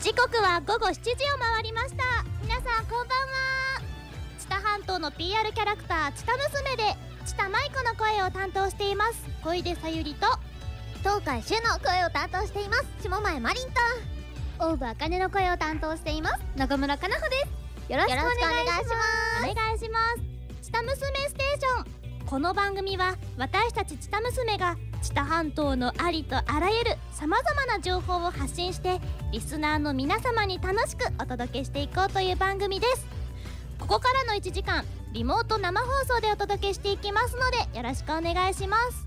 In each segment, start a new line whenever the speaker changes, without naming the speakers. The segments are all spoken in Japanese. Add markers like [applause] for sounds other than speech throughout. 時刻は午後7時を回りました皆さんこんばんは知多半島の PR キャラクター知多娘で知多舞子の声を担当しています小出さゆりと東海柊の声を担当しています下前まりんとオーブあかねの声を担当しています中村かなほですよろしくお願いしますお願いします知多娘ステーションこの番組は私たち知多娘が知多半島のありとあらゆるさまざまな情報を発信してリスナーの皆様に楽しくお届けしていこうという番組ですここからの1時間リモート生放送でお届けしていきますのでよろしくお願いします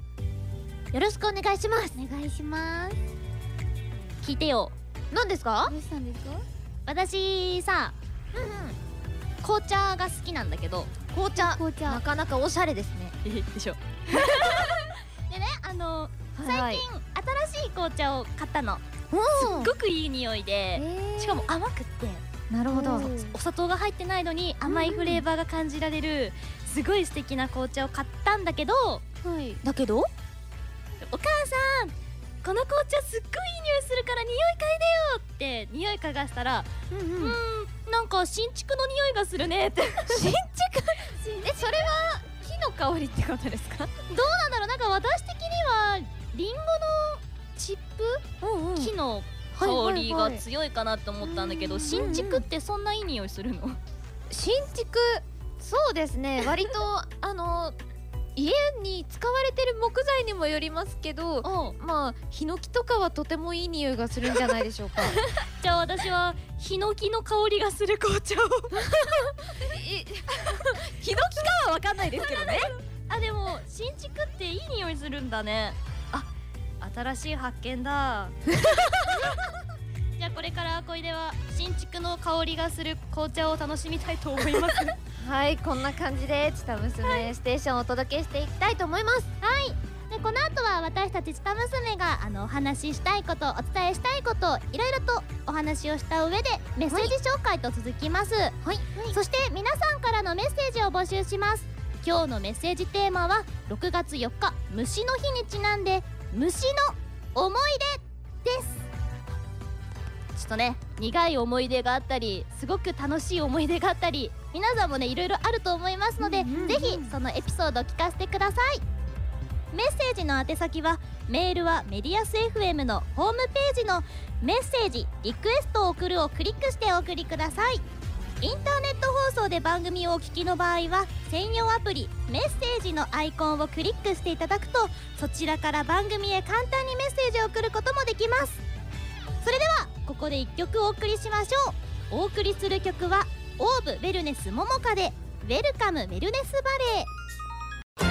よろしくお願いします
お願いします
聞いてよ何ですか
どうしたんですか
私さ
うんうん
紅茶が好きなんだけど
紅茶紅茶なかなかおしゃれですね
えでしょ [laughs] でねあの
は
最
い
近新しい紅茶を買ったのすっ
お
ごくいい匂いで
ー
しかも甘くって
なるほど
そうお砂糖が入ってないのに甘いフレーバーが感じられるすごい素敵な紅茶を買ったんだけど
はい
だけどお母さんこの紅茶すっごいいい匂いするから匂い嗅いでよって匂い嗅がしたら
うん
う
うん
ーんなんか新築の匂いがするねって新築えそれは木の香りってことですかどうなんだろうなんか私的にはリンゴのチップ
うんうん
木の香りが強いかなって思ったんだけど、
うん
新築ってそんないい匂いするの、
新築そうです [laughs] ね割とあの家に使われてる木材にもよりますけど
おう
まあヒノキとかはとてもいい匂いがするんじゃないでしょ [laughs] うか
じゃあ私はヒノキの香りがする紅茶を
ヒノキかはわかんない [laughs] ですけどね
あでも新築っていい匂いするんだねあ新しい発見
[laughs]
だじゃあこれから小出は新築の香りがする紅茶を楽しみたいと思います
はいこんな感じで「ちた娘ステーション」をお届けしていきたいと思います
でこの後は私たち下娘があのお話ししたいことお伝えしたいことをいろいろとお話をした上でメッセージ紹介と続きます、はいそして皆さんからのメッセージを募集します今日のメッセージテーマは6月4日虫の日にちなんで虫の思い出ですちょっとね苦い思い出があったりすごく楽しい思い出があったり皆さんもねいろいろあると思いますので、
うんうんうん
ぜひそのエピソードを聞かせてくださいメッセージの宛先はメールはメディアス FM のホームページのメッセージリクエストを送るをクリックしてお送りくださいインターネット放送で番組をお聞きの場合は専用アプリメッセージのアイコンをクリックしていただくとそちらから番組へ簡単にメッセージを送ることもできますそれではここで1曲お送りしましょうお送りする曲はオーブウェルネスももかでウェルカムウェルネスバレー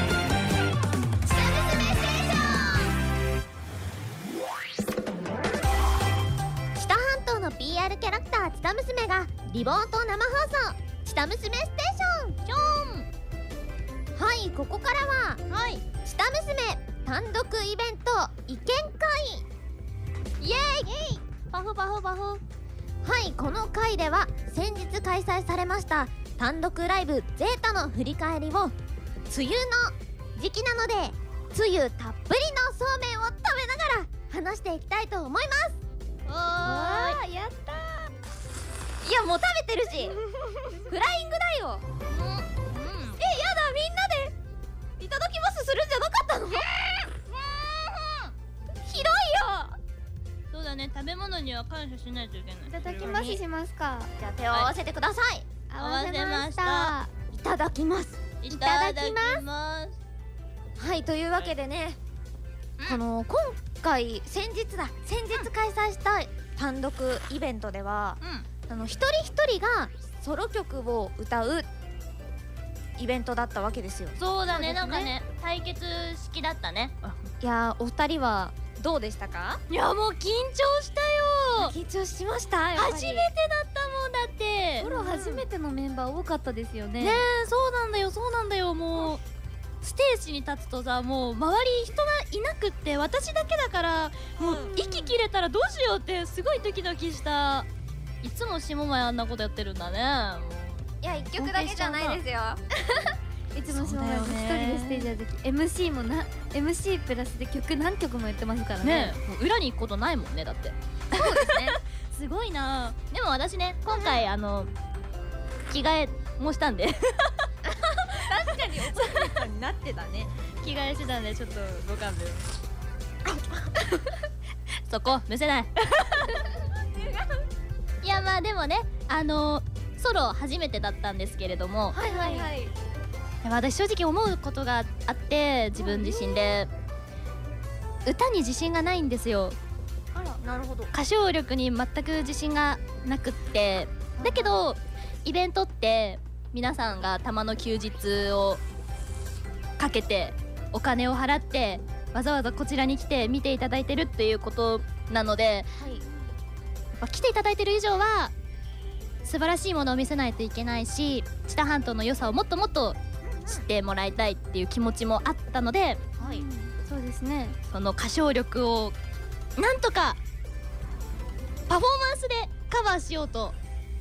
北半島の PR キャラクター「ちた娘」がリボート生放送「ちた娘ステーション」
ちょ
はいここからは
ーんはい
「ちた娘」単独イベント意見会イエーイ
パフパフパフ
はいこの回では先日開催されました単独ライブ「ゼータ」の振り返りを梅雨の時期なので梅雨たっぷりのそうめんを食べながら話していきたいと思います
お
わーやったいやもう食べてるしフライングだよえやだみんなでいただきますするんじゃなかったのひどい
そうだね食べ物には感謝しないといけないい
いただきますしますか。
よじゃあ手を合わせてください、
合わせました。
合
い、ただきます
いた
ただ
だ
き
き
ま
ます
はいというわけでね、
はい
この今回先日だ先日開催した単独イベントでは、
う
あの一人一人がソロ曲を歌うイベントだったわけですよ
んそうだねな
そうんで
か
すね
ね対決式だったね
いやーお二人はどうでしたか
いやもう緊張したよ
緊張しましたやっぱり
初めてだったもんだって
ソロ初めてのメンバー多かったですよね。
ねえそうなんだよそうなんだよもうステージに立つとさもう周り人がいなくって私だけだからもう息切れたらどうしようってすごいドキドキしたいつも下前あんなことやってるんだねもう
いや一曲だけじゃないですよ
いつも
そ
そうう
だ
だ
よ
よ
ね
ね。一人でステージやるとき、MC もな MC プラスで曲何曲もやってますからね。
ねえもう裏に行くことないもんねだって
そうですね
[laughs] すごいなでも私ね今回あの着替えもしたんで
確かにおばあちゃんになってたね
[laughs] 着替えしてたんでちょっとご勘弁 [laughs] そこむせない
[laughs]
いやまあでもねあのソロ初めてだったんですけれども
はいはいはい
私正直思うことがあって自分自身で歌に自信がないんですよ
あらなるほど
歌唱力に全く自信がなくってだけどイベントって皆さんがたまの休日をかけてお金を払ってわざわざこちらに来て見ていただいてるっていうことなので、まあ来ていただいてる以上は素晴らしいものを見せないといけないし知多半島の良さをもっともっと知ってもらいたいっていう気持ちもあったので
はい
そうですね
その歌唱力をなんとかパフォーマンスでカバーしようと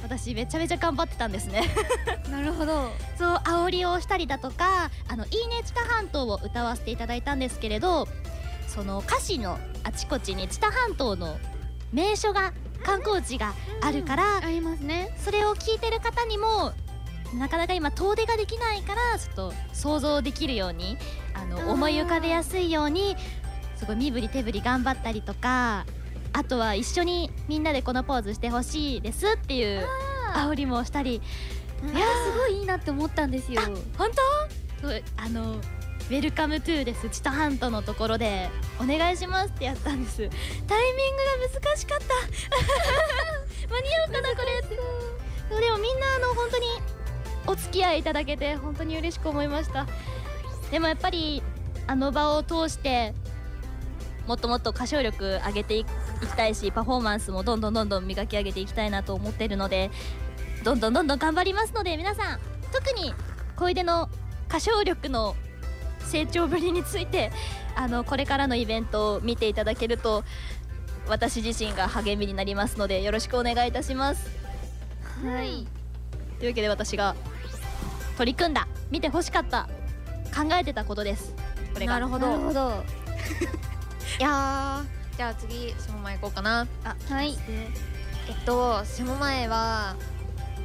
私めちゃめちゃ頑張ってたんですね [laughs]
なるほど
そう煽りをしたりだとか「あのいいね知多半島」を歌わせていただいたんですけれどその歌詞のあちこちに知多半島の名所が観光地があるから
ありますね
それを聞いてる方にもなかなか今遠出ができないからちょっと想像できるようにあ
あ
の
ー
思い浮かべやすいようにすごい身振り手振り頑張ったりとかあとは一緒にみんなでこのポーズしてほしいですっていう煽りもしたり
いやすごいいいなって思ったんですよ
本当そうあのウェルカムトゥーです知多半島のところでお願いしますってやったんですタイミングが難しかった間に合うかなこれって [laughs] そうでもみんなあの本当にお付き合いいただけて本当に嬉しく思いましたでもやっぱりあの場を通してもっともっと歌唱力上げていいきたいしパフォーマンスもどんどんどんどん磨き上げていきたいなと思ってるのでどんどんどんどん頑張りますので皆さん特に小出の歌唱力の成長ぶりについて [laughs] あのこれからのイベントを見ていただけると私自身が励みになりますのでよろしくお願いいたします。
はい
というわけで私が取り組んだ見てほしかった考えてたことです。これが
なるほ
な
ど
る
[laughs]
ほど
いやーじゃあ次下前行こうかな
はい
えっと下前は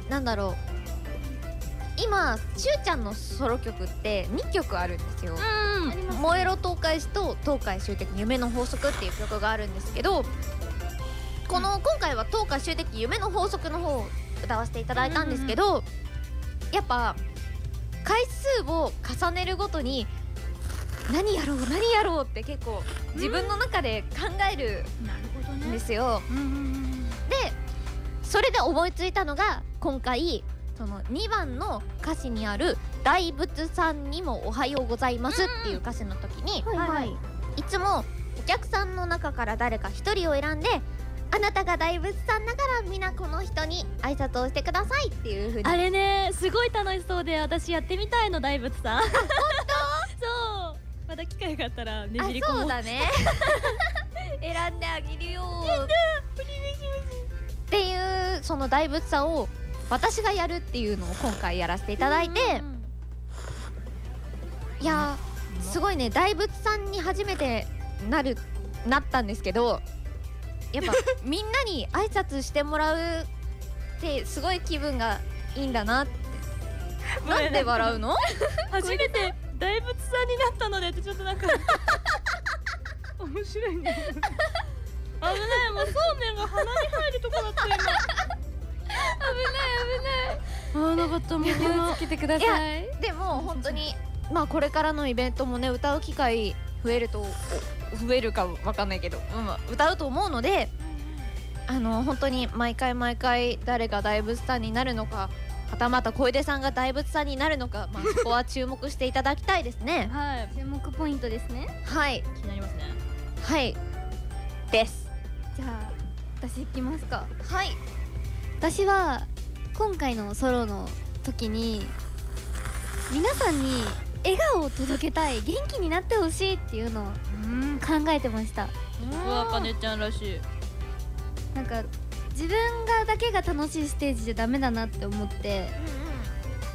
なんだろう今しゅうちゃんのソロ曲って2曲あるんですよ、
うん
燃えろ東海市と東海集的夢の法則っていう曲があるんですけどこの今回は東海集的夢の法則の方を歌わせていただいたんですけど、やっぱ回数を重ねるごとに何やろう何やろうって結構自分の中で考える
なるほど
んですよ。でそれで思いついたのが今回その2番の歌詞にある「大仏さんにもおはようございます」っていう歌詞の時に、
はいはい
いつもお客さんの中から誰か1人を選んで「あなたが大仏さんだから皆この人に挨拶をしてください」っていうふうに
あれねすごい楽しそうで私やってみたいの大仏さん。本当 [laughs] そうまた機会があったらねじり込
あ
も
そう
う。
だね [laughs] 選んであげるよっていうその大仏さんを私がやるっていうのを今回やらせていただいて、いやーすごいね大仏さんに初めてなるなったんですけどやっぱみんなに挨拶してもらうってすごい気分がいいんだなってなんで笑うの
初めて大仏さんになったのでってちょっとなんか面白い
[laughs]
ね危ないもうそうめんが鼻に入るとこだった今危ない危ない危なかったもう
気をつけてください
でも本当にまあこれからのイベントもね歌う機会増えるとお増えるかわかんないけど、うんまあ、歌うと思うのであの本当に毎回毎回誰が大仏さんになるのかはたまた小出さんが大仏さんになるのか、まあ、そこは注目していただきたいです
[laughs]
ね。
はい
注目ポイントですね
はい
気になりますね
はいです。
じゃあ私行きますか
はい
私は今回のソロの時に皆さんに笑顔を届けたい元気になってほしいっていうのを考えてました
わあかねちゃんらしい
なんか自分がだけが楽しいステージじゃダメだなって思って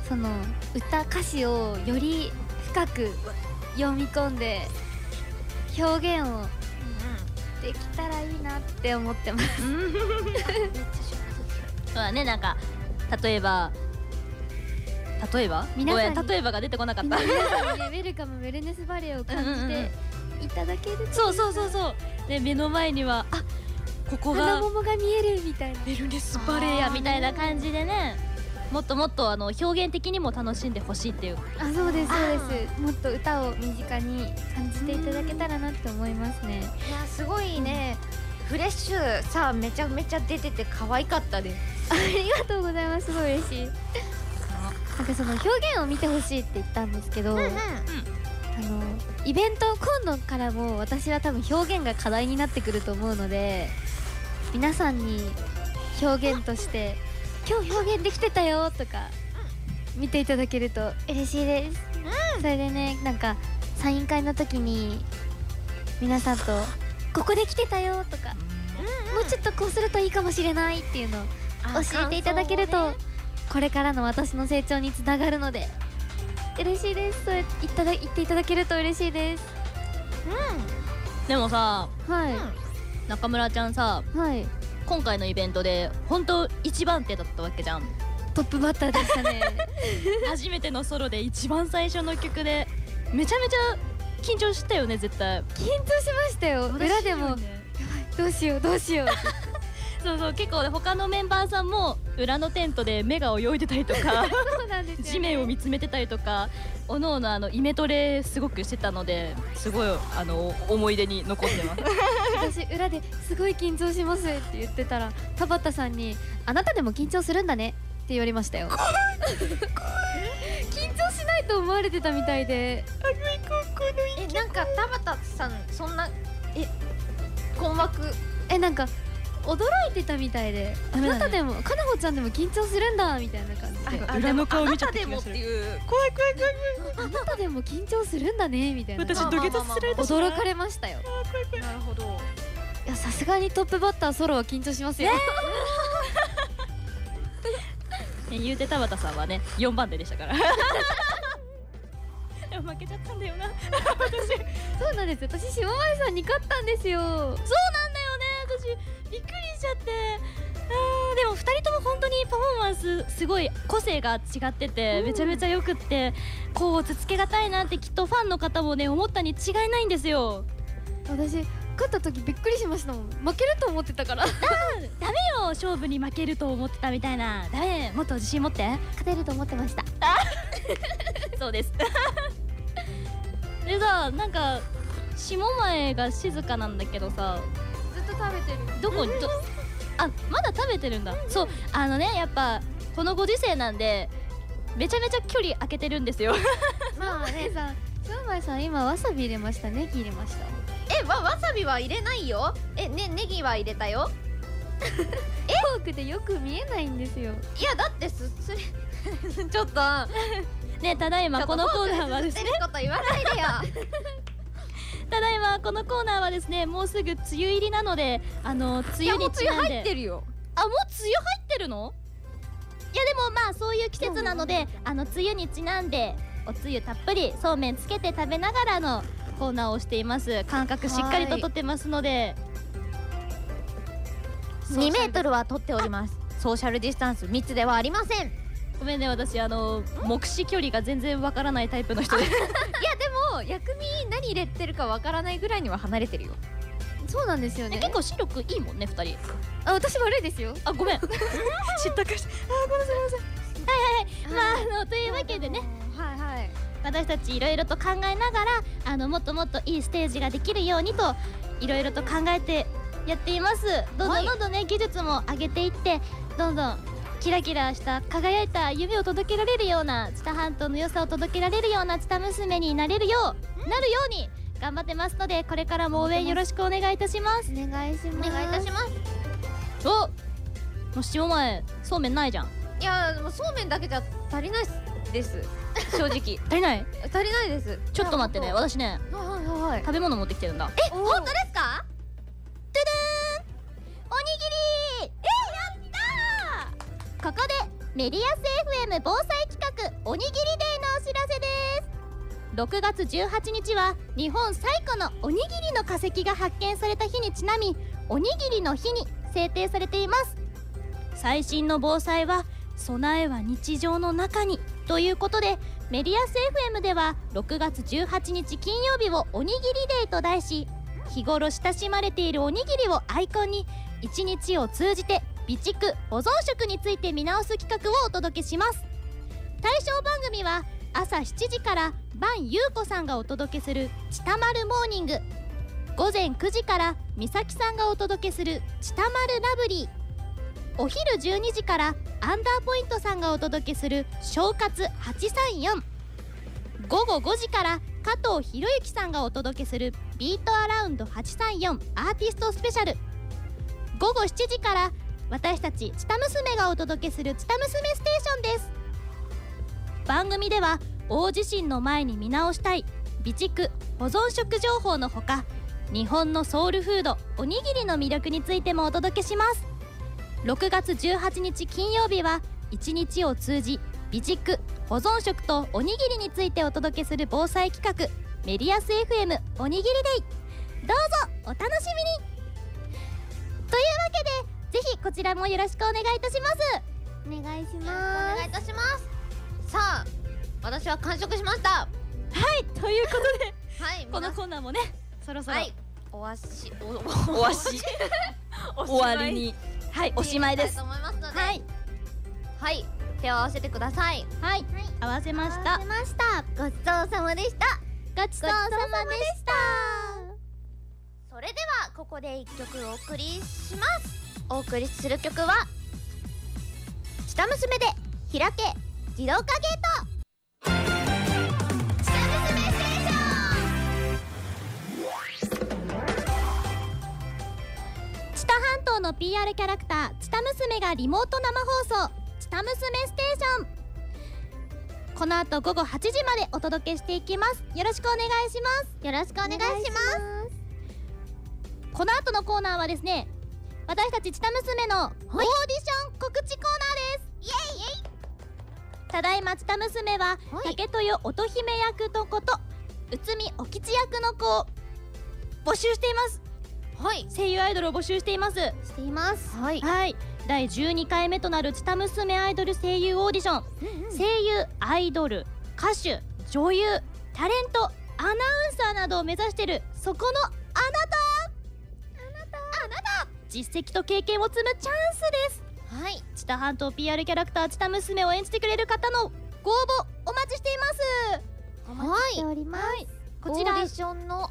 その歌歌詞をより深く読み込んで表現をできたらいいなって思ってます
そうだねなんか例えば例えば
皆さんに
ごめ例えばが出てこなかった
皆さんにねウェルカムウェルネスバレーを感
うん
じ
うんうん
ていただけると
そうそうそうそうで目の前にはあここ
花
が
桃が見えるみたいな
ベルネスバレーやみたいな感じでねもっともっとあの表現的にも楽しんでほしいっていう
あそうです
あー
そうですもっと歌を身近に感じていただけたらなって思いますね
いやすごいね、フレッシュさめちゃめちゃ出てて可愛かったです
ありがとうございますすごい嬉しいなんかその表現を見てほしいって言ったんですけど、あのイベント今度からも私は多分表現が課題になってくると思うので皆さんに表現として「今日表現できてたよ」とか見ていただけると嬉しいです、それでねなんかサイン会の時に皆さんと「ここで来てたよ」とか、もうちょっとこうするといいかもしれないっていうのを教えていただけると、これからの私の成長につながるので嬉しいですそういただ言っていただけると嬉しいです
でもさ
はい、
中村ちゃんさ
はい
今回のイベントで本当一番手だったわけ
[laughs]
じゃん
トップバッターで [laughs] したね
初めてのソロで一番最初の曲でめちゃめちゃ緊張したよね絶対
緊張しましたよ裏でもどうしようどうしよう
そうそう結構ね他のメンバーさんも裏のテントで目が泳いでたりとか
[laughs] そうなんですよね、
地面を見つめてたりとかおのおのあのイメトレすごくしてたのですごいあの思い出に残ってます
私裏ですごい緊張しますって言ってたら田畑さんに「あなたでも緊張するんだね」って言われましたよ [laughs] 緊張しないと思われてたみたいで
えなんか田畑さんそんなえ困惑
えなんか驚いてたみたいで「あ
ダメだ
な
ね
たでもかなほちゃんでも緊張するんだ」みたいな感じで「
裏の顔見ちゃ
あ
っ
なたで
た気が
もっ
す
て
る
いう
怖い怖い怖い
あなたでも緊張するんだね」みたい
[laughs]
な
私土下座する
私
驚かれましたよ
なるほど
いやさすがにトップバッターソロは緊張しますよ、
ね言うて田畑さんはね4番手でしたから [laughs] でも負けちゃったんだよな私
そうなんです私下前さんに勝ったんですよ
そうなんだよね私びっくりしちゃってあーでも2人とも本当にパフォーマンスすごい個性が違ってて、めちゃめちゃよくってこうつつけがたいなってきっとファンの方もね思ったに違いないんですよ
私勝った時びっくりしましたもん負けると思ってたから
ダメよ勝負に負けると思ってたみたいなダメもっと自信持って
勝てると思ってました
そうです [laughs] でさなんか下前が静かなんだけどさ
ずっと食べてる
どこどあまだ食べてるんだそうあのねやっぱこのご時世なんでめちゃめちゃ距離空けてるんですよ [laughs]
まあねさん下前さん今わさび入れましたネギ入れました
えわわさびは入れないよえねネギは入れたよ
フォークでよく見えないんですよ
いやだってすすれ [laughs] ちょっと
ねただい
ちょ
ま
っと
このコーナーはです
す
ね
ること言わないでよ
[laughs]
ただいまこのコーナーはですねもうすぐ梅雨入りなのであの梅雨にちなんで
るよ
あもう梅雨入ってるのいやでもまあそういう季節なのであの梅雨にちなんでおつゆたっぷりそうめんつけて食べながらのコーナーをしています感覚しっかりととってますので
2メートルは取っておりますソーシャルディスタンス密ではありません
ごめんね私あの目視距離が全然わからないタイプの人で
もう薬味何入れてるかわからないぐらいには離れてるよ
そうなんですよね
結構視力いいもんね二人
あ私悪いですよ
あご [laughs] めん失格してあごめんなさいごめんなさいはいはいはいまああのというわけでね
はいはい
私たちいろいろと考えながらあのもっともっといいステージができるようにといろいろと考えてやっていますどんど
は
ん
い
どんどんね、技術も上げていってどんどんキラキラした輝いた夢を届けられるような知多半島の良さを届けられるような知多娘になれるようなるように頑張ってますのでこれからも応援よろしくお願いいたします
お願いし
お
ます
願いいたします
おもう塩前そうめんないじゃん
いやでもそうめんだけじゃ足りないです正 [laughs] 直
足りない
足りないです
ちょっと待ってね
はい
私ね
はいはい
食べ物持ってきてるんだ
え本当ですか
おにぎりえやったーここでメディアス FM 防災企画おにぎりデーのお知らせです6月18日は日本最古のおにぎりの化石が発見された日にちなみおにぎりの日に制定されています最新の防災は備えは日常の中にということでメディアス FM では6月18日金曜日をおにぎりデーと題し日頃親しまれているおにぎりをアイコンに1日を通じて備蓄保存食について見直す企画をお届けします対象番組は朝7時から晩優子さんがお届けする「ちたまるモーニング」午前9時から美咲さんがお届けする「ちたまるラブリー」お昼12時からアンダーポイントさんがお届けする「正活834」午後5時から加藤博之さんがお届けする「ビートアラウンド834アーティストスペシャル」午後7時から私たちチタ娘がお届けする「チタ娘ステーション」です番組では大地震の前に見直したい備蓄保存食情報のほか日本のソウルフードおにぎりの魅力についてもお届けします6月18日金曜日は1日を通じ備蓄保存食とおにぎりについてお届けする防災企画メディアス FM おにぎりデイどうぞお楽しみにというわけでぜひこちらもよろしくお願いいたします
お願いし
お願いいたしますさあ私は完食しました
はいということで
はい
この
皆さ
コーナーもねそろそ
ん
ろ
はいおわしお
終わし
[laughs]
終わりにはいおしまいです
と思いますので
は
はいい、手を合わせてください
はい合わせまし
合
た
わせましたごちそうさまでした
ごちそうさまでした
それではここで一曲お送りしますお送りする曲は「下娘で開け自動化ゲート」下娘ステーション
知多半島の PR キャラクター知多娘がリモート生放送知多娘ステーションこの後午後8時までお届けしていきますよろしくお願いしますよろしくお願いしますこの後のコーナーはですね私たち知多娘のオーディション告知コーナーですイエイただいま知多娘は
はい
竹豊乙姫役の子と内海お吉役の子を募集しています
はい
声優アイドルを募集しています
していますはい
はい、第12回目となるチタ娘アイドル声優オーディション、声優アイドル歌手女優タレントアナウンサーなどを目指してるそこのあなたあなたあなた実績と経験を積むチャンスです
はい
知多半島 PR キャラクター知多娘を演じてくれる方のご応募お待ちしています
はい
おります
こちら
オーディションの、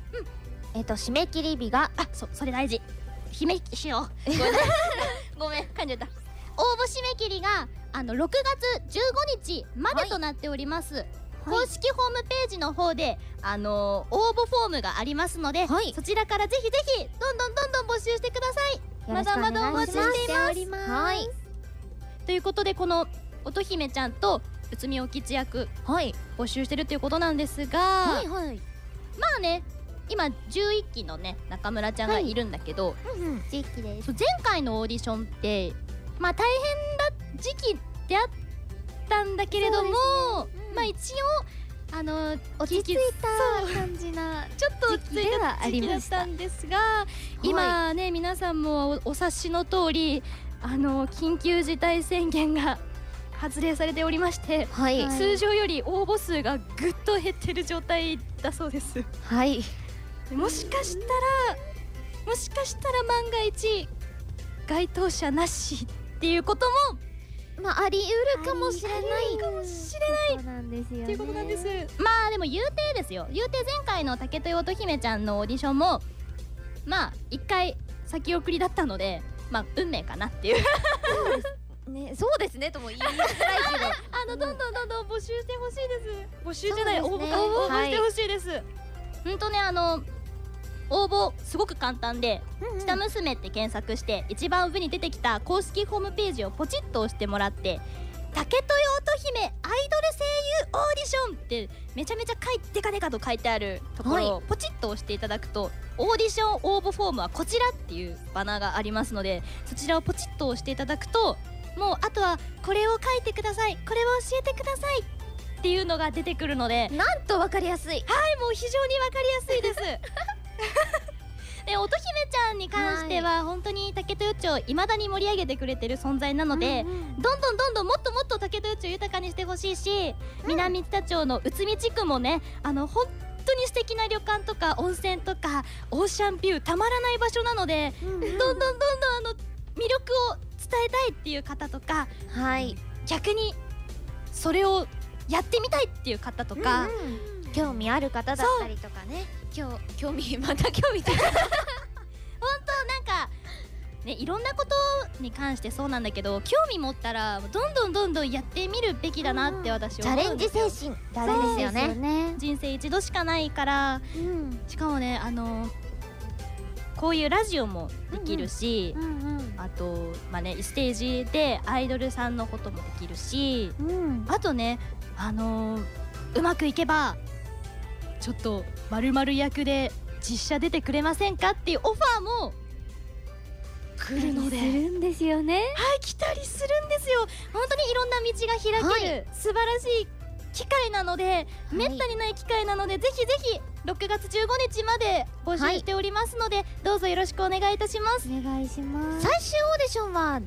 えっと締め切り日が
あそそれ大事姫しよう
ごめん
噛んじゃった応募締め切りがあの6月15日までとなっております、公式ホームページの方であのー応募フォームがありますので、
はい
そちらからぜひぜひどんどんどんどん募集してくださいま
ま
だ
だま
まだ
だ
お
お
待
待
ち
ち
しています
しておりますはい
ということでこの乙姫ちゃんと内海お吉役
はい
募集してるということなんですが、
はいはい
まあね今11期のね中村ちゃんがいるんだけど、
時期で
そう前回のオーディションってまあ大変な時期であったんだけれども、まあ一応あの
落ち着い
そう
た感じな
ちょっと落ち着い
時期
た
ではあ
時
り
期だ
ま
っ
した
たんですが、今ね皆さんもおお察しの通りあの緊急事態宣言が発令されておりまして、
はいはい
通常より応募数がぐっと減ってる状態だそうです。
はい
もしかしたらもしかしたら万が一該当者なしっていうことも
まああり得るかもしれない
かもしれ
そうなんですよ
ない
ね
っていうことなんですまあでも言うてですよ言うて前回の竹豊乙姫ちゃんのオーディションもまあ一回先送りだったのでまあ運命かなっていう
ね、そうですねとも言いづらいけど
あのどんどんどんどん募集してほしいです募集じゃない、
そう
応
です
募か
ね
応募
はい
してほしいです、ほんとねあの応募すごく簡単で「下娘」って検索して一番上に出てきた公式ホームページをポチッと押してもらって「竹豊乙姫アイドル声優オーディション」ってめちゃめちゃかいデカデカと書いてあるところをポチッと押していただくと、オーディション応募フォームはこちらっていうバナーがありますのでそちらをポチッと押していただくともうあとはこれを書いてくださいこれを教えてくださいっっていうのが出てくるので
なんとわかりやすい
はいもう非常にわかりや [laughs] すいですで乙姫ちゃんに関しては本当に竹豊町をいまだに盛り上げてくれてる存在なので、どんどんどんどんもっともっと竹豊町を豊かにしてほしいし、南知多町の内海地区もねあの本当に素敵な旅館とか温泉とかオーシャンビューたまらない場所なので、どんどんどんどんあの魅力を伝えたいっていう方とか
はい
逆にそれをやってみたいっていう方とか、
興味ある方だったりとかね
今日興味 [laughs] また興味出て
本当なんか、ね、いろんなことに関してそうなんだけど興味持ったらどんどんどんどんやってみるべきだなって私
チ
は
ャ
思
レ
うん
ン
で
ジ
すよ
精神大事ですよね
ね
人生一度しかないから
うん
しかもねあのこういうラジオもできるし、
うん
あと、まあね、ステージでアイドルさんのこともできるし
うんうん
あとね、あのーうまくいけばちょっとまるまる役で実写出てくれませんかっていうオファーも来るので、
するんですよね
はい、来たりするんですよ本当にいろんな道が開ける、素晴らしい機会なので、めったにない機会なのでぜひぜひ6月15日まで募集しておりますので、どうぞよろしくお願いいたします
お願いします
最終オーディションは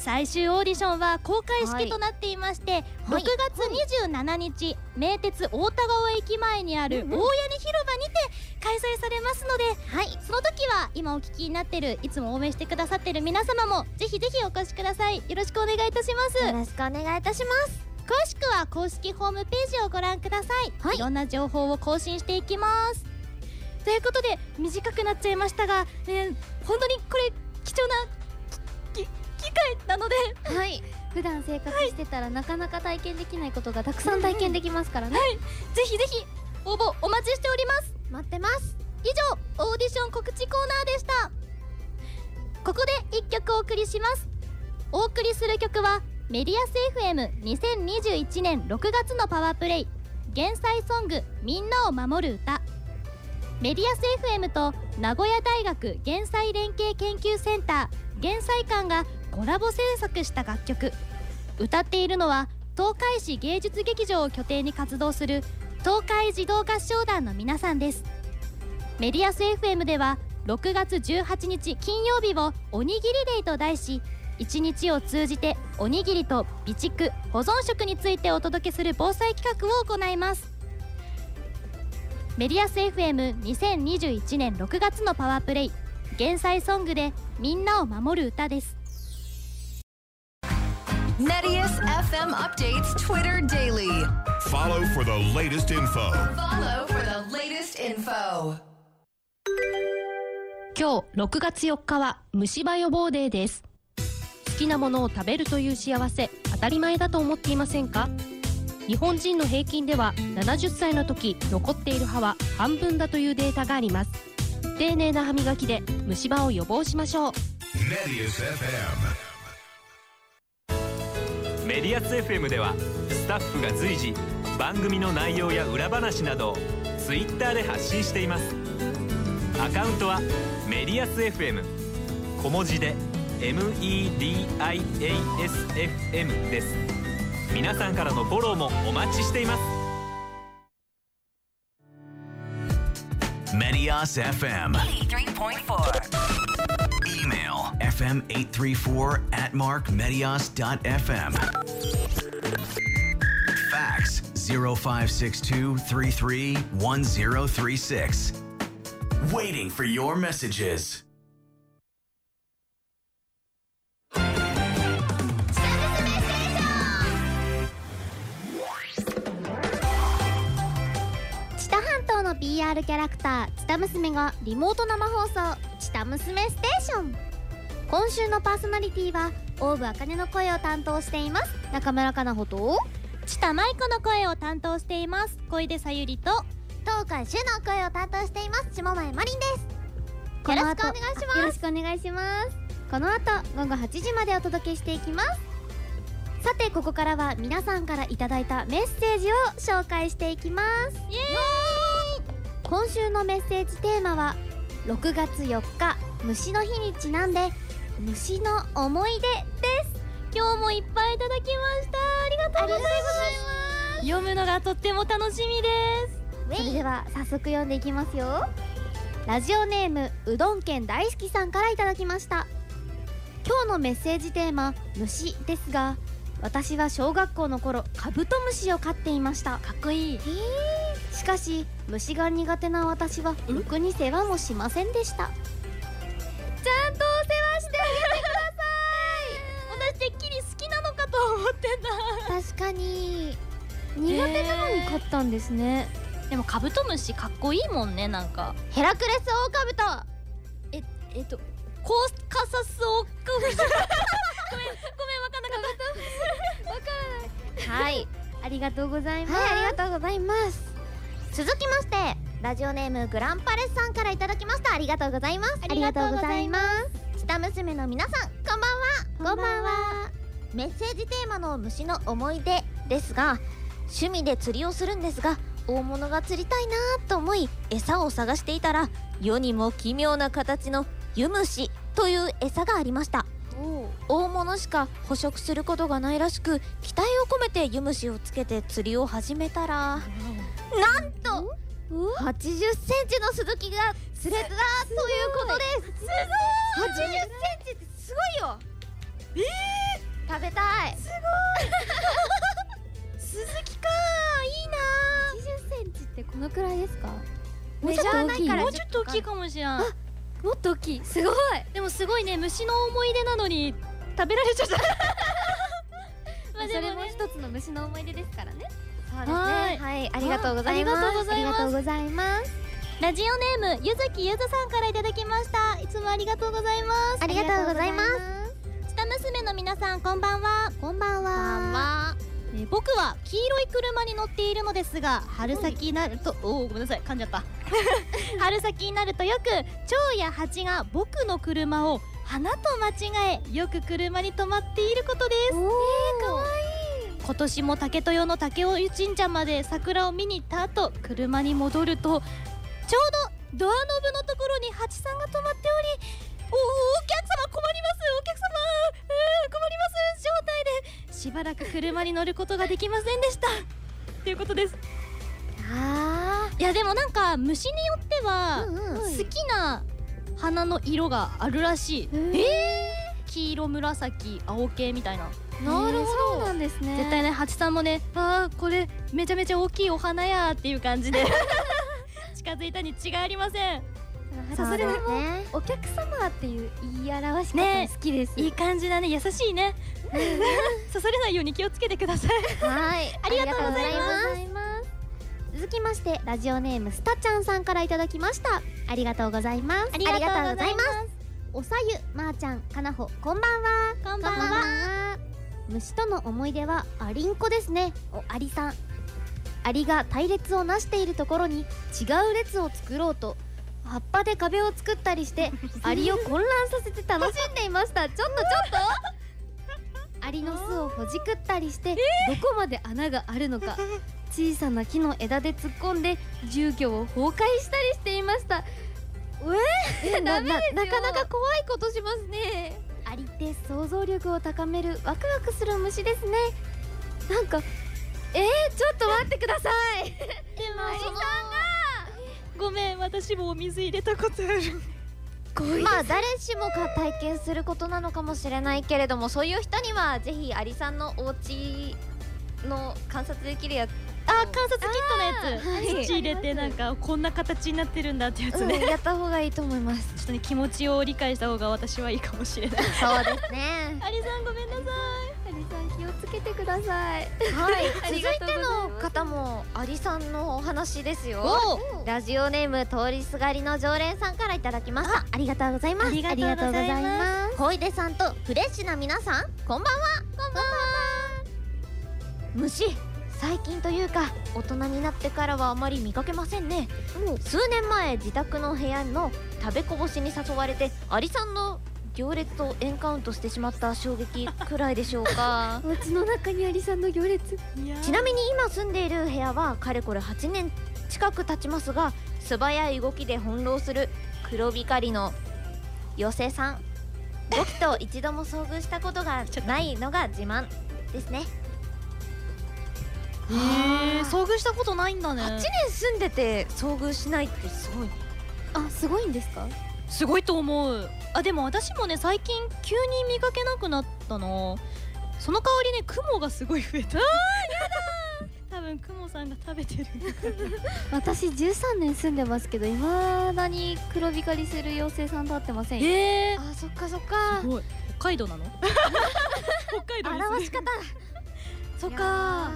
最終オーディションは公開式となっていまして、
はい
6月27日、名鉄大田川駅前にある大屋根広場にて開催されますので、
はい
その時は今お聞きになってるいつも応援してくださってる皆様もぜひぜひお越しくださいよろしくお願いいたします
よろしくお願いいたします
詳しくは公式ホームページをご覧ください、
はい
い、ろんな情報を更新していきますということで短くなっちゃいましたが、えー本当にこれ貴重なきき機会なので
はい
普段生活してたらなかなか体験できないことがたくさん体験できますからね
ぜひぜひ応募お待ちしております
待ってます
以上オーディション告知コーナーでしたここで一曲お送りしますお送りする曲はメディアス FM2021 年6月のパワープレイ減災ソングみんなを守る歌メディアス FM と名古屋大学減災連携研究センター減災館がコラボ制作した楽曲歌っているのは東海市芸術劇場を拠点に活動する東海児童合唱団の皆さんですメディアス FM では6月18日金曜日をおにぎりデイと題し1日を通じておにぎりと備蓄保存食についてお届けする防災企画を行いますメディアス FM2021 年6月のパワープレイ減災ソングでみんなを守る歌です
Netius FM updates Twitter daily.
Follow for the latest info.
Follow for the latest info.
今日6月4日は虫歯予防デーです好きなものを食べるという幸せ当たり前だと思っていませんか日本人の平均では70歳の時残っている歯は半分だというデータがあります丁寧な歯磨きで虫歯を予防しましょう
Netius FM.
メディアス FM ではスタッフが随時番組の内容や裏話などを Twitter で発信していますアカウントはメディアス FM 小文字で MEDIASFM です皆さんからのフォローもお待ちしています
Medias FM.
83.4.
Email fm834 at markmedias.fm. Fax 0562 331036. Waiting for your messages.
知多半島の PR キャラクター知多娘がリモート生放送知多娘ステーション今週のパーソナリティはオーブ茜の声を担当しています中村かなほと
知多舞子の声を担当しています小出さゆりとよ
東海主の声を担当しています下前まりんです
こ
よ
の
ろし
後
くお願いします
よろしくお願いしますこの後午後8時までお届けしていきます
さてここからは皆さんからいただいたメッセージを紹介していきますイエーイ今週のメッセージテーマは6月4日虫の日にちなんで虫の思い出です今日もいっぱいいただきましたありがとうございます
読むのがとっても楽しみです
イ
それでは早速読んでいきますよラジオネームうどん県大好きさんからいただきました今日のメッセージテーマ虫ですが私は小学校の頃カブトムシを飼っていましたかっこいいしかし虫が苦手な私はろくに世話もしませんでしたちゃんとお世話して [laughs]
私てっきり好きなのかと思ってんだ
確かに
苦手なのに飼ったんですね、
でもカブトムシかっこいいもんねなんか
ヘラクレスオオカブト
ええっとコーカサスオオカブトごめんごめんわかんなかった
はい
ありがとうございます、
はい、ありがとうございます。続きまして、ラジオネームグランパレスさんからいただきました。ありがとうございます。。
ありがとうございます
下娘の皆さん、こんばんは。
こんばんは。
メッセージテーマの虫の思い出ですが、趣味で釣りをするんですが、大物が釣りたいなと思い、餌を探していたら、世にも奇妙な形の湯虫という餌がありました。大物しか捕食することがないらしく期待を込めて湯虫をつけて釣りを始めたらなんと80センチのスズキが釣れたということですすごい80センチってすごいよえー、食べたいすごいスズキか
80センチってこのくらいですか
いいなメジャーないから
もうちょっと大きいかもしれん
もっと大きいすごい
でもすごいね虫の思い出なのに食べられちゃった [laughs] まあ
そ
で
れ
も
も
ね
一つの虫の思い出ですからね
そうですね
は
はいい、ありがとうございます
ありがとうございます
うございます
ラジオネームゆずきゆずさんからいただきましたいつもありがとうございます
ありがとうございます
下娘の皆さんこんばんはこんばんはえー僕は黄色い車に乗っているのですが春先になるとおおごめんなさい噛んじゃ [laughs] った春先になるとよく蝶や蜂が僕の車を花と間違えよく車に止まっていることですえー、かわいい今年も竹豊の竹尾神社まで桜を見に行った後車に戻るとちょうどドアノブのところに蜂さんが止まっておりおお客様困りますお客様うー困ります状態でしばらく車に乗ることができませんでしたっていうことです
あ
いやでもなんか虫によっては
ー、うんうん
好きな花の色があるらしい、えー黄色紫青系みたいな
なるほど、そうなんですね
絶対ね蜂さんもねあーこれめちゃめちゃ大きいお花やーっていう感じ [laughs] で近づいたに違いありません
さすがにもう
そうだね
お客様っていう言い表し方
ね
好きです、
いい感じだね優しいね刺されないように気をつけてください
はい、
ありがとうございます
ありがとうございます。続きましてラジオネームスタちゃんさんからいただきました。ありがとうございます。
ありがとうございます
す。おさゆまー、ちゃんかなほこんばんは。
こん
こんばんは。虫との思い出はアリンコですね。おアリさん。アリが隊列をなしているところに違う列を作ろうと葉っぱで壁を作ったり
[laughs]
してアリを混乱させて楽しんでいました。ちょっとちょっ
[laughs]
と。アリの巣をほじくったりして
どこまで穴があるのか小さな木の枝で突っ込んで住居を崩壊したりしていましたえ
[laughs]
ー、ダメですよなかなか怖いことしますね
アリって想像力を高めるワクワクする虫ですね
なんかえー、ちょっと待ってくださ
で
い
もそのごめん私もお水入れたことある
まあ
誰しもが体験することなのかもしれないけれどもそういう人にはぜひアリさんのお家の観察できるやつ
あ観察キットのやつ、
はい
土入れてなんかこんな形になってるんだってやつね、
うんやった方がいいと思います
[laughs]
ちょっとね気持ちを理解した方が私はいいかもしれない [laughs]
そうですね
アリさんごめんなさい
アリさん気をつけてください
は
あ
い、続い
り
て
がとうございます
の方もアリさんのお話ですよ。
お
ラジオネーム通りすがりの常連さんからいただきました。
ありがとうございます
ありがとうございます
す小出さんとフレッシュな皆さんこんばんはこんばんは虫最近というか大人になってからはあまり見かけませんね、数年前自宅の部屋の食べこぼしに誘われてアリさんの行列とエンカウントしてしまった衝撃くらいでしょうか
お家の中にアリさんの行列
ちなみに今住んでいる部屋はかれこれ8年近く経ちますが素早い動きで翻弄する黒光りの妖精さん動きと一 [laughs] 度も遭遇したことがないのが自慢ですね
へえ遭遇したことないんだね
8年住んでて遭遇しないってすごいね
あすごいんですか
すごいと思うあでも私もね最近急に見かけなくなったなその代わりね雲がすごい増えたあーやだ多分雲さんが食べてる
私13年住んでますけどいまだに黒光りする妖精さんと会ってませんよ
え
あそっかそっか
すごい北海道なの北海道に住んで
表
る
し方
そっか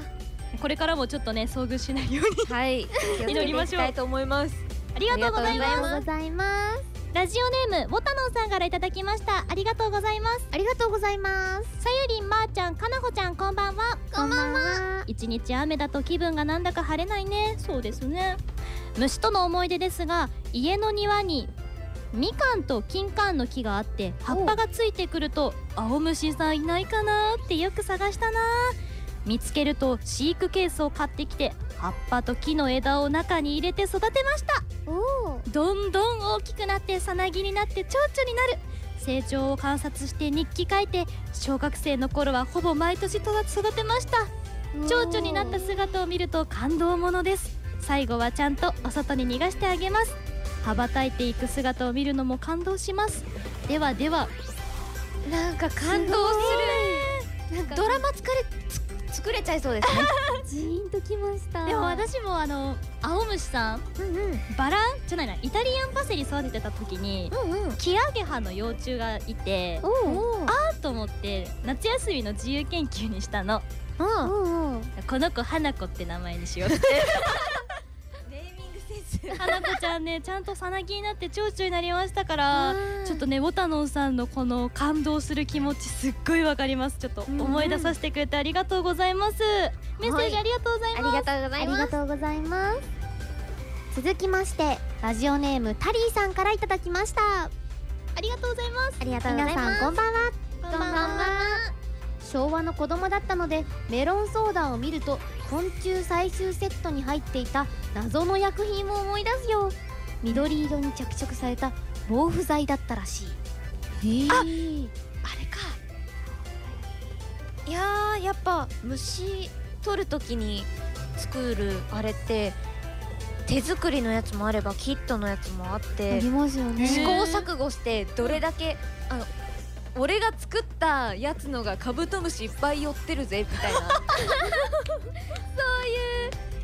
これからもちょっとね遭遇しないよう
[laughs]
に
はい
祈りまし
気をつけていき
ょう
たいと思います
[laughs] ありがとうございます
ありがとうございま
ございます
ラジオネームボタノンさんからいただきましたありがとうございます
ありがとうございます
さゆりんまー、ちゃんかなほちゃんこんばんは
こんばんは
一日雨だと気分がなんだか晴れないねそうですね虫との思い出ですが家の庭にみかんと金柑の木があって葉っぱがついてくると青虫さんいないかなってよく探したな見つけると飼育ケースを買ってきて葉っぱと木の枝を中に入れて育てました
おー
どんどん大きくなってさなぎになって蝶々になる成長を観察して日記書いて小学生の頃はほぼ毎年と育てました蝶々になった姿を見ると感動ものです最後はちゃんとお外に逃がしてあげます羽ばたいていく姿を見るのも感動しますではでは
なんか感動するなんかドラマ作れつ作れちゃいそうです [laughs] ね
ジーンときました
でも私もあの青虫さん
うんうん
バラじゃないなイタリアンパセリ育ててた時に
うんうん
キアゲハの幼虫がいて
おお
あと思って夏休みの自由研究にしたの
おお
この子花子って名前にしようって
ネーミングセンス
花子ちゃんねちゃんとさなぎになって蝶々になりましたからちょっとねボタノンさんのこの感動する気持ちすっごいわかりますちょっと思い出させてくれてありがとうございますメッセージありがとうござい
あ
ます、
りがとうござ
あ
い
り
ま
が
す
とうございます続きましてラジオネームタリーさんからいただきました
ありがとうございます
ありが
皆さんこんばんは
こ
こんばんは昭和の子供だったのでメロンソーダを見ると昆虫最終セットに入っていた謎の薬品を思い出すよ緑色に着色された防腐剤だったらしい、あ
あれかいやーやっぱ虫取るときに作るあれって手作りのやつもあればキットのやつもあっ
あ
て
りますよね
試行錯誤してどれだけあの俺が作ったやつのがカブトムシいっぱい寄ってるぜみたい
[laughs]
な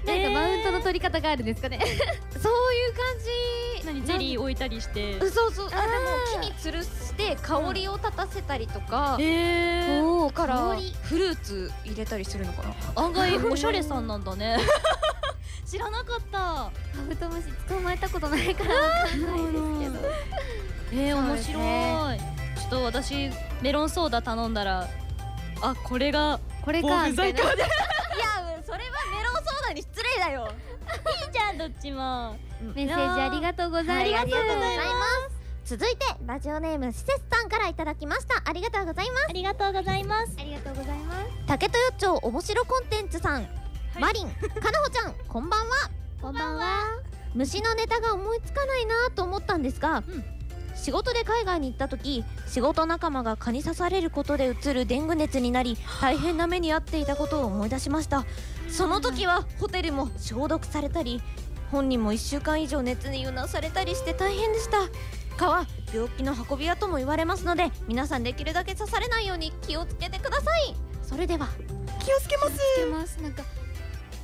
なんかマウントの取り方があるんですかね
そういう感じ
何ゼリー置いたりして
うそうそうあでも木に吊るして香りを立たせたりとか、
えー、
だから
香り
フルーツ入れたりするのかな [laughs]
案外おしゃれさんなんだね知らなかった
カブトムシ捕まえたことないからわかんないですけど
えー、
そう
面
です
白い、
ね
ちょっと私メロンソーダ頼んだらあこれが
これ
防
か
腐
みた
剤
いな
かで
いやそれはメロンソーダに失礼 [laughs] だよ
いいじゃんどっちも
メッセージありがとうございます、
ます続いてラジオネーム施設さんからいただきましたありがとうございます
ありがとうございます
ありがとうございます
竹豊町おもしろコンテンツさん、
マリン、かなほちゃん、こんばんは。こんばんは。虫のネタが思いつかないなと思ったんですが、
うん
仕事で海外に行った時仕事仲間が蚊に刺されることでうつるデング熱になり大変な目に遭っていたことを思い出しましたその時はホテルも消毒されたり本人も1週間以上熱にうなされたりして大変でした蚊は病気の運び屋とも言われますので皆さんできるだけ刺されないように気をつけてください
それでは、
つけますなんか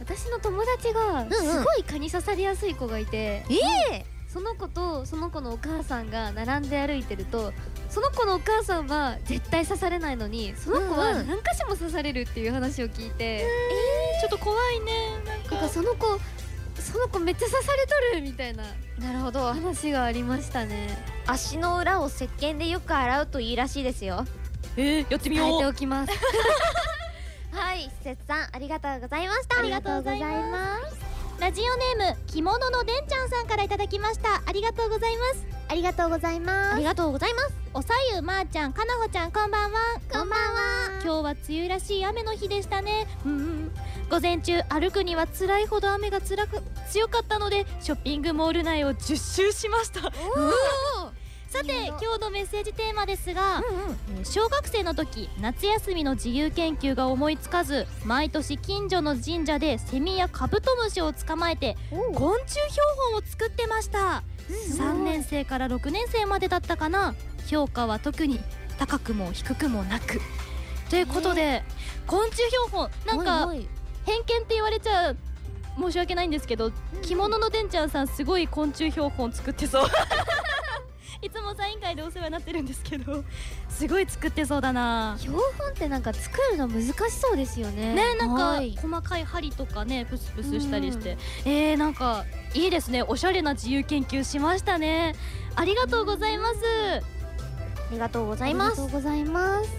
私の友達がすごい蚊に刺されやすい子がいて、その子とその子のお母さんが並んで歩いてるとその子のお母さんは絶対刺されないのにその子は
うんうん
何箇所も刺されるっていう話を聞いて、
ちょっと怖いねなんか
なんかその子その子めっちゃ刺されとるみたいな
なるほど
話がありましたね
足の裏を石鹸でよく洗うといいらしいですよ
えー、やってみ
変えて
よう
おきます
はい、施設さん、ありがとうございました。
ありがとうございます
ありがとうございます。
ラジオネーム着物のでんちゃんさんからいただきましたありがとうございます
ありがとうござい
あ
ま
りがとうございます
おさゆまー、ちゃんかなほちゃんこんばんは
す。こんばんは。
今日は梅雨らしい雨の日でしたねうんうん午前中歩くには辛いほど雨がつらく強かったのでショッピングモール内を10周しましたうおーさて今日のメッセージテーマですが、えー小学生の時夏休みの自由研究が思いつかず毎年近所の神社でセミやカブトムシを捕まえて昆虫標本を作ってました、3年生から6年生までだったかな評価は特に高くも低くもなくということで、昆虫標本なんか
おいおい
偏見って言われちゃう申し訳ないんですけど、着物のでんちゃんさんすごい昆虫標本作ってそう [laughs] いつもサイン会でお世話になってるんですけどすごい作ってそうだな
標本ってなんか作るの難しそうですよね
ねなんか
はい
細かい針とかねプスプスしたりして、えー、なんかいいですねおしゃれな自由研究しましたねありがとうございます
ありがとうござ
あ
い
り
ま
が
す
とうございます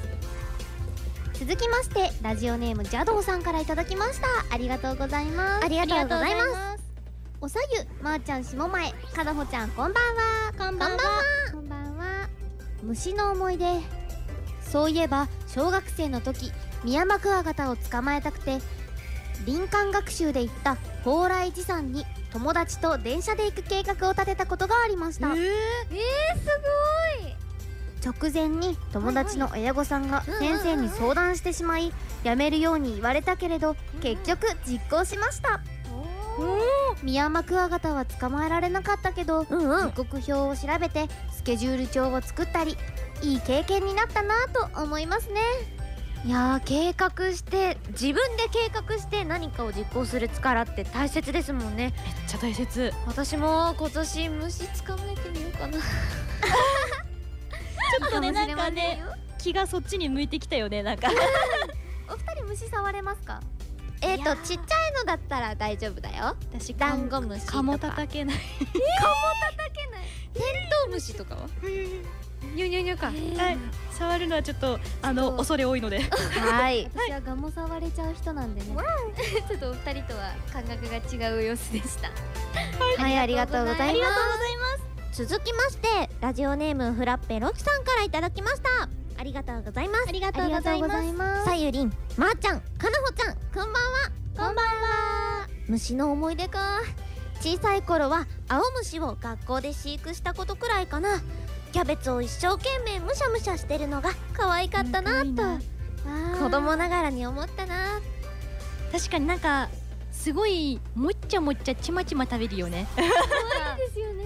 続きましてラジオネームジャドウさんからいただきました
ありがとうございます
ありがとうございますおさゆまー、ちゃんしもまえかなほちゃんこんばんは
こん
ばんはこんばんは虫の思い出そういえば小学生の時ミヤマクワガタを捕まえたくて林間学習で行った蓬莱寺山に友達と電車で行く計画を立てたことがありましたえー、すごい直前に友達の親御さんが先生に相談してしまいやめるように言われたけれど結局実行しましたミヤマクワガタは捕まえられなかったけど、時刻表を調べてスケジュール帳を作ったりいい経験になったなと思いますね
いやー計画して自分で計画して何かを実行する力って大切ですもんね
めっちゃ大切
私も今年虫捕まえてみよう
[laughs]
かな
ちょっとねなんかね気がそっちに向いてきたよねなんか
お二人虫触れますか
えっ、とちっちゃいのだったら大丈夫だよ
私
ダンゴムシとか
カモ叩けない
トウムシとかはニュニュニュか
はい、触るのはちょっとあの恐れ多いので。
はい
私はガモ触れちゃう人なんでね
ちょっとお二人とは感覚が違う様子でした
[laughs] はいありがとうござ
ござ
いま
います。
す続きましてラジオネームフラッペロキさんからいただきましたありがとうございます
ありが
とうございます
ます。
さゆりんまー、ちゃんかなほちゃんこんばんはこんばんは虫の思い出か小さい頃は青虫を学校で飼育したことくらいかなキャベツを一生懸命むしゃむしゃしてるのが可愛かったなと
うん
子供ながらに思ったな
確かになんかすごいもっちゃもっちゃちまちま食べるよね。
ですよね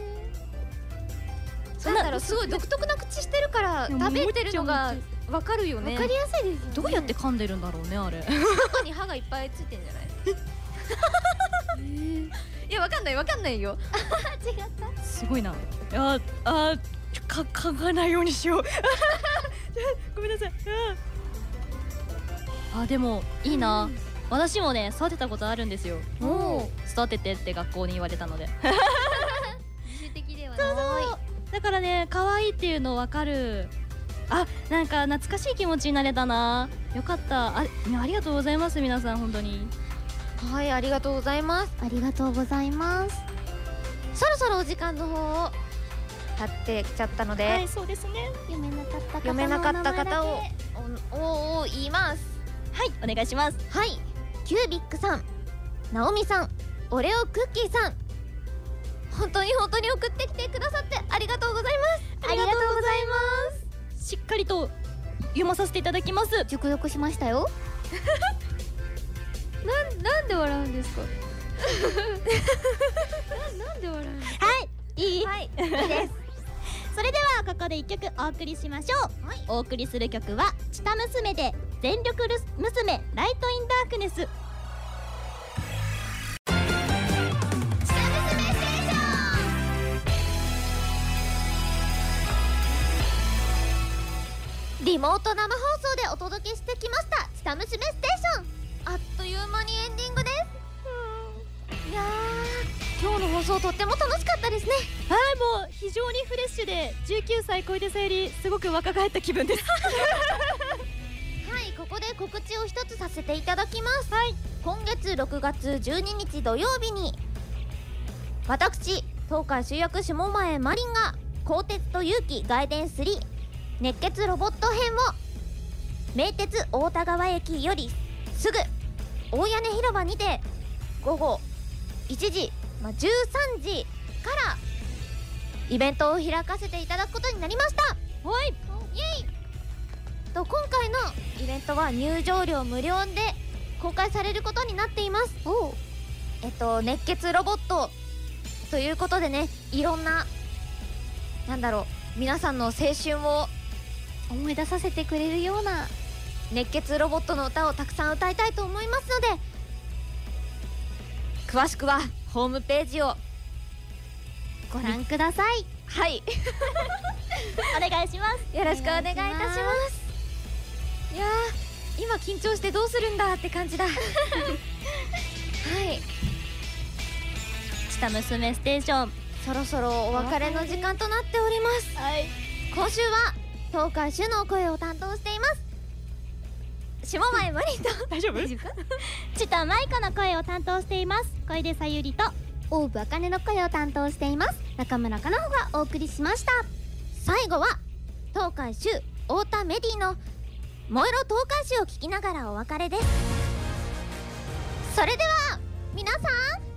なんだろうすごい独特な口してるから食べてるのがわかるよね
わかり
や
どうやって噛んでるんだろうねあれ。
すに歯がいっぱいついてんじゃないいやわかんないわかんないよ
すごいな。ああちょか噛がないようにしよう。ごめんなさい。ああでもいいな。私もね育てたことあるんですよ。育ててって学校に言われたので。
的では
だからね可愛いっていうの分かるあなんか懐かしい気持ちになれたなよかったあありがとうございます皆さん本当に
はいありがとうございます
ありがとうございます
そろそろお時間の方を経ってきちゃったので、
はいそうですね
読めなかった方
読めなかった方をおおお言います
はいお願いします
はいキュービックさんナオミさんオレオクッキーさん
本当に本当に送ってきてくださってありがとうございます
ありがとうござい
ます
しっかりと読まさせていただきます
熟読しましたよ
なんで笑うんですか [laughs] ななんで笑うんですか
いい
はい
それではここで一曲お送りしましょう、お送りする曲は「チタ娘」で「全力るす娘ライト・イン・ダークネス」
リモート生放送でお届けしてきました「下娘ステーション」あっという間にエンディングですいやー今日の放送とっても楽しかったですね
はいもう非常にフレッシュで19歳小出さゆりすごく若返った気分です
はいここで告知を一つさせていただきます、はい、今月6月12日土曜日に私東海主役下前マリンが「鋼鉄と勇気外伝3熱血ロボット編」を名鉄大田川駅よりすぐ大屋根広場にて午後1時、まあ、13時からイベントを開かせていただくことになりましたはいイエイと今回のイベントは入場料無料で公開されることになっていますえっと熱血ロボットということでねいろんななんだろう皆さんの青春を
思い出させてくれるような
熱血ロボットの歌をたくさん歌いたいと思いますので詳しくはホームページを
ご覧ください
はい
お願いします
よろしくお願いいたしますいやー今緊張してどうするんだって感じだはい
チタ娘ステーション
そろそろお別れの時間となっております
はい
今週は東海主の声を担当しています下前森
[laughs]
と
大丈夫チタマイコの声を担当しています小出さゆりと
オーブ茜の声を担当しています中村かなほがお送りしました
最後は東海主太田メディの「燃えろ東海主」を聞きながらお別れですそれでは皆さん